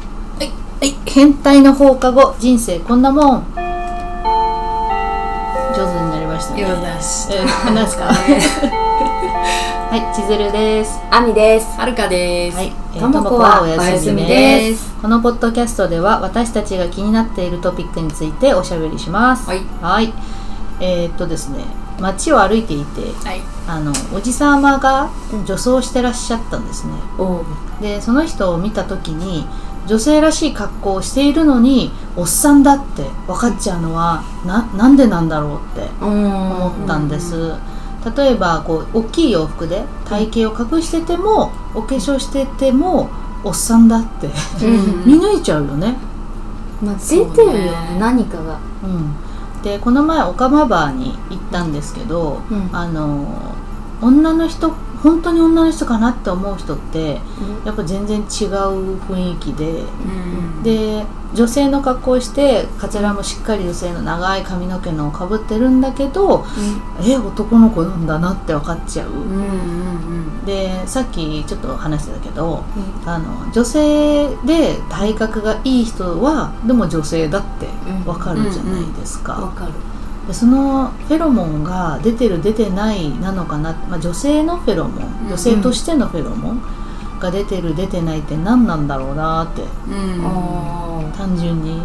はい変態の放課後人生こんなもん上手になりましたねようだしえー何ですか はい千鶴ですあみです。はるかです、はい、えーともこはともこお休みでですこのポッドキャストでは私たちが気になっているトピックについておしゃべりしますはいはいえーっとですね街を歩いていてはいあのおじさまが女装してらっしゃったんですね、おうでその人を見た時に女性らしい格好をしているのにおっさんだって分かっちゃうのはななんでなんだろうって思ったんです、例えばこう大きい洋服で体型を隠しててもお化粧しててもおっさんだってうん見抜いちゃうよね、まあ、出てるよそうねね何かが。うん、でこの前オカマバーに行ったんですけど、うんあの女の人本当に女の人かなって思う人ってやっぱ全然違う雰囲気でうんで女性の格好をしてカツラもしっかり女性の長い髪の毛のをかぶってるんだけどえ男の子なんだなって分かっちゃう、うんうんうんでさっきちょっと話してたけどあの女性で体格がいい人はでも女性だって分かるじゃないですか、わかるでそのフェロモンが出てる出てないなのかな、まあ、女性のフェロモうンん女性としてのフェロモンが出てる出てないって何なんだろうなってうんあ単純に思っ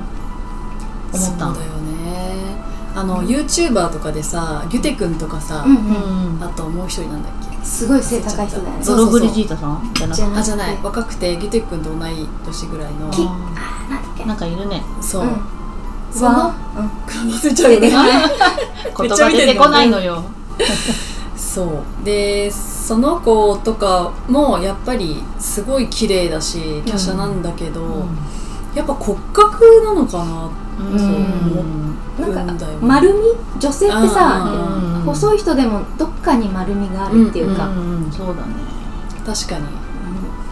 たそのうだよねあの YouTuber とかでさギュテ君とかさ、あ。うんうん。んあともう一人なんだっけすごい背高い人だよね。そドうロブリジータさんじゃなくてあじゃない若くてギュテ君と同い年ぐらいのきああなんだっけ。ーなんかいるねそう、うんそのうん。忘れちゃうよね言葉出てこないのよそうでその子とかもやっぱりすごい綺麗だし華奢なんだけど、やっぱ骨格なのかなうんうんなうんんだかよ丸み女性ってさ、うんうん細い人でもどっかに丸みがあるっていうか、うんうんそうだね確かに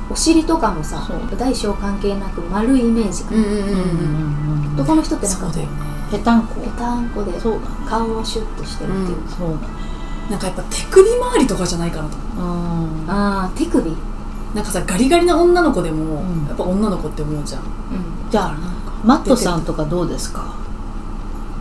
お尻とかもさそう大小関係なく丸いイメージが、うんうんううんうんんうん男の人ってなんそうかだよねぺたんこペタンコでそうだね顔はシュッとしてるっていうか、そうだねなんかやっぱ手首周りとかじゃないかなと思うんああ手首、うん、うなんかさガリガリな女の子でも、うんやっぱ女の子って思うじゃんじゃああなんかマットさんとかどうですか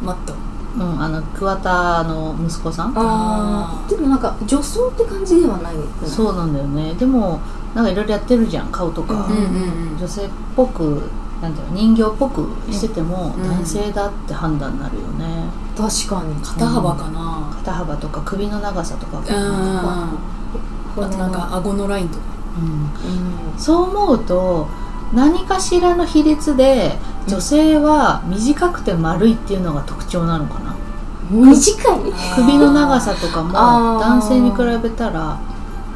マットうんあの桑田の息子さんああでもなんか女装って感じではないよねそうなんだよねでもなんかいろいろやってるじゃん顔とかうんうん女性っぽくなんだろう人形っぽくしててもうん男性だって判断になるよね、確かに肩幅かな肩幅とか首の長さとか、うん、こあれとなんか顎のラインとかうんうんそう思うと何かしらの比率で女性は短くて丸いっていうのが特徴なのかな、短い首の長さとかもあー男性に比べたら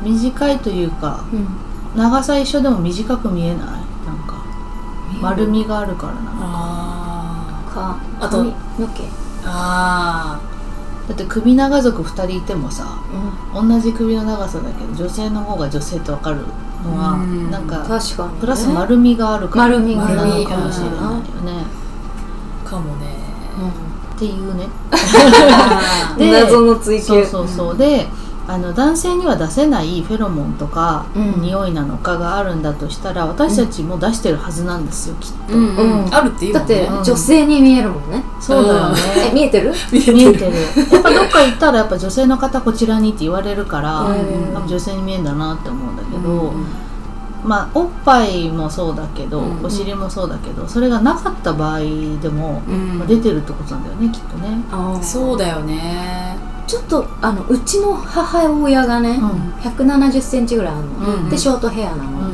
短いというか長さ一緒でも短く見えないなんか丸みがあるからなあかあと髪の毛、ーあだって首長族2人いてもさ同じ首の長さだけど女性の方が女性ってわかるのはうんなんか確かにプラス丸みがあるから丸みがなあるのかもしれないよねーかもねっていうねあで謎の追求そうそうそううであの男性には出せないフェロモンとか、うん匂いなのかがあるんだとしたら私たちも出してるはずなんですよきっと、ーうんうんうんあるっていうだもんってねうん女性に見えるもんねそうだよえね見えてる見えてるやっぱどっか行ったらやっぱ女性の方こちらにって言われるから、うんやっぱ女性に見えるんだなって思うんだけど、うんまあおっぱいもそうだけど、うんお尻もそうだけどそれがなかった場合でも、まあ出てるってことなんだよねきっとね、そうだよねちょっとあのうちの母親がね、うん1 7 0センチぐらいあるの、うんでショートヘアなの、うんう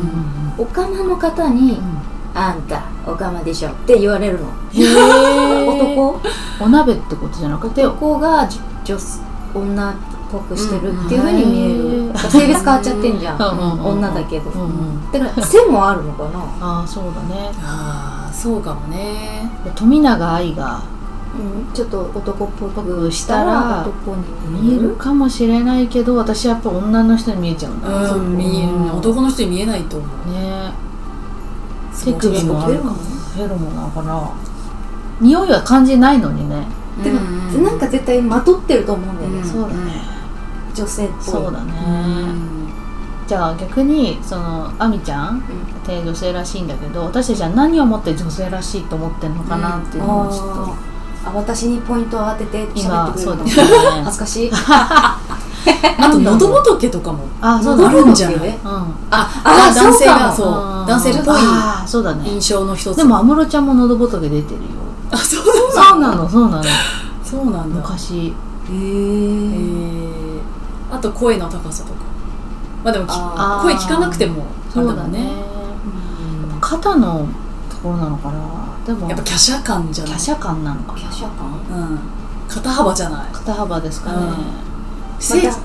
んオカマの方にうん「あんたオカマでしょ」って言われるのへー 男お鍋ってことじゃなくて男がじ女女っぽくしてるっていうふうに見える、うんうん性別変わっちゃってんじゃん、うんうんうん女だけど、うんうんだから線もあるのかな、ああそうだねああそうかもねで富永愛がうん、ちょっと男っぽくししたたらら男に見見ええるる、かもしれないけど私やっぱ女の人に見えちゃうんだねうん見える男の人に見えないと思うえそ手う首もあるかもそうフェロモンなのかな匂いは感じないのにね、でも、なんか絶対まとってると思うんだよね、うんそうだね女性っぽいそうだね、うんじゃあ逆にその亜美ちゃんって女性らしいんだけど私たちは何をもって女性らしいと思ってるのかなっていうのをちょっとあーあ私にポイントを当てて喋っ今てくれそるうのですね 恥ずかしいあと喉仏とかもあそうあだるんじゃな喉い仏うんああ男性がそそうううん男性っぽいあーそうだね印象の一つでも安室ちゃんも喉仏出てるよあそうそうなのそうなのそうなんだ昔へえーーあと声の高さとかまあでもきあー声聞かなくてもあそれだうもだんねね肩のところなのかなでもやっぱ華奢感じゃ華ない奢感なのかキャシャ感うん肩幅じゃない肩幅ですかね、背,、また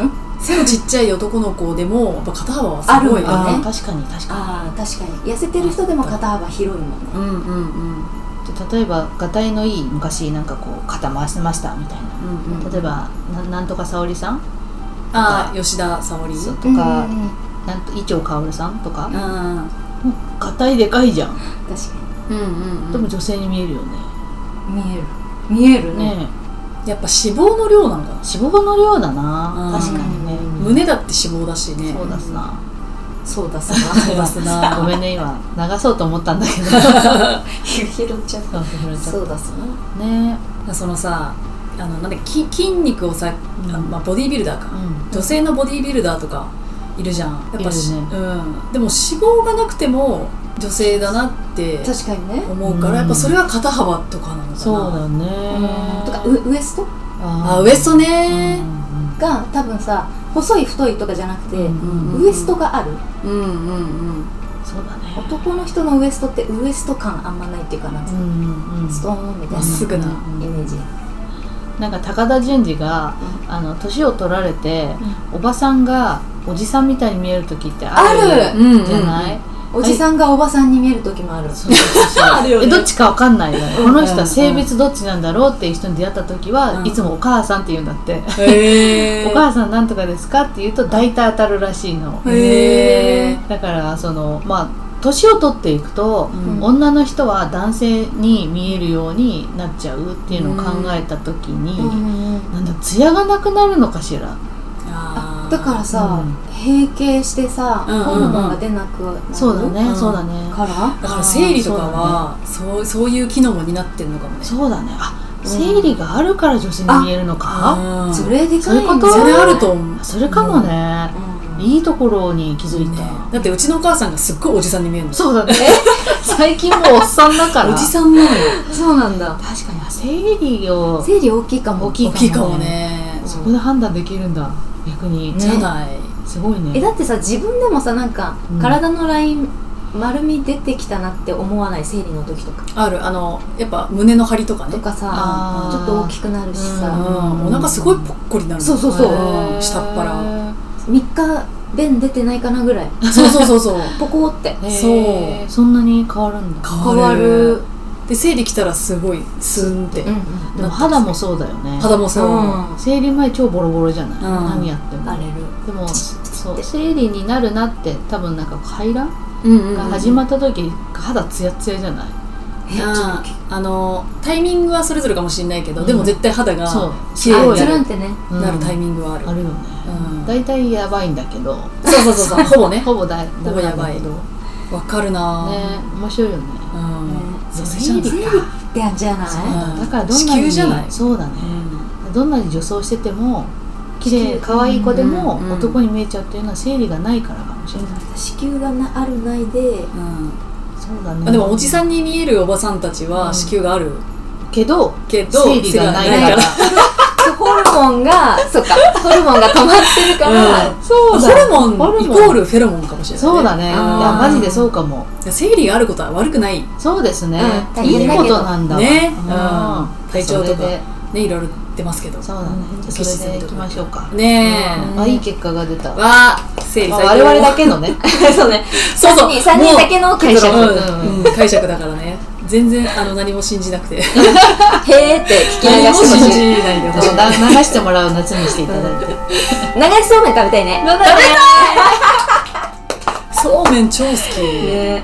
うん、背のちっちゃい男の子でも やっぱ肩幅はすごいよあねー確かに確かああ確かに痩せてる人でも肩幅広いもんねうんうんうんにで例えばがたいのいい昔なんかこう肩回してましたみたいなうんうん例えばななんとか沙織さんああ吉田沙保里そううとか、うんうんうんなんと伊調薫さんとかんうんがたいでかいじゃん、確かうんうんででもも女性に見えるよね、に見える見えるねえねやっぱ脂肪の量なんだな脂肪の量だな、うん確かにね、うん胸だって脂肪だしねそうだすな、そうだ さそうだすなごめんね今流そうと思ったんだけ ど拾っちゃっそうそうたそうださねそのさあのなんだっけ筋筋肉をさ、うんあまあ、ボディービルダーか、うん女性のボディービルダーとかいるじゃんやっぱしいるねうん、でも脂肪がなくても女性だなって確かにね思うから、やっぱそれは肩幅とかなのかなそうだねとかウウエストあウエストねうが多分さ細い太いとかじゃなくて、んうんうんウエストがあるうんうんうんそうだね男の人のウエストってウエスト感あんまないっていうかなんかうんうんストーンみたいまっなすぐな、うんイメージなんか高田純次が、あの年を取られて、おばさんがおじさんみたいに見える時ってあるあるうんじゃない、おじさんがおばさんに見える時もある そうそうそうあるよねえどっちかわかんないよねうんこの人は性別どっちなんだろうっていう人に出会った時は、うんいつも「お母さん」って言うんだって「へえお母さんなんとかですか?」って言うと大体当たるらしいの、へえだからそのまあ年を取っていくと、うん女の人は男性に見えるようになっちゃうっていうのを考えた時に、なんだツヤがなくなるのかしらあーだからさ、う閉経してさ、うんうんうんホルモンが出なくなるそうだね、うんそうだねからだから生理とかはそう,、そういう機能も担ってるのかもねそうだねあうん生理があるから女性に見えるのかあそれでかいそうんだいうことそれあると思うそれかもね、うんいいところに気づいた、だってうちのお母さんがすっごいおじさんに見えるのそうだね 最近もうおっさんだからおじさんなのよそうなんだ確かにあ生理を生理大きいかも大きい大きいかもねそこで判断できるんだ逆に、ねじゃないすごいねえだってさ自分でもさなんか、うん体のライン丸み出てきたなって思わない生理の時とかあるあのやっぱ胸の張りとかねとかあさーちょっと大きくなるしうんさ、お腹すごいぽっこりになるのそうそうそん下っ腹3日便出てないかなぐらいそうそうそうそうポコってそうそんなに変わるんだ変わる、で生理来たらすごいスンって、でも肌もそうだよね肌もそう、うん生理前超ボロボロじゃない、ん何やっても荒れるでもそう生理になるなって多分なんか排卵うんうんうんが始まった時、肌ツヤツヤじゃない、えちょっあーあのタイミングはそれぞれかもしれないけど、うんでも絶対肌がそう綺麗とにつるなんっる,、てねうんなるタイミングはある、あるよね、うん大体やばいんだけどそうそうそ うそうほぼねほぼだいほぼやだばめないんだけどねわかるなぁ、面白いよねうんねそう生せちゃう理んだかであんじゃないうんだからどんな子に宮じゃないそうだね、どんなに女装してても綺麗可愛い子でもうんうんうん男に見えちゃうっていうのは生理がないからかもしれない、子宮がなあるないでうんそうだねまあ、でもおじさんんに見えるおばさんたちうんは子宮があるけどけど、生理がないからホルモンがそっかホルモンが溜まってるから、うんそうホルモンホルモンイコールフェロモンかもしれない、そうだねいやあーマジでそうかも生理があることは悪くないそうですねう。んいいことなんだわ。ねううんん体調とかそれでねいろいろ出ますけどそうだね。うんじゃあそれで行きましょうか。ねえ、うんあいい結果が出た。まあわあ生理最高我々だけのね。そうねそうそう3人三人だけの解釈もううんうん解釈だからね全然あの何も信じなくてへーって聞き流何もして信ほしいじないでちょほっしいとな流してもらう夏にしていただいて。流しそうめん食べたいねそうめん超好き、ね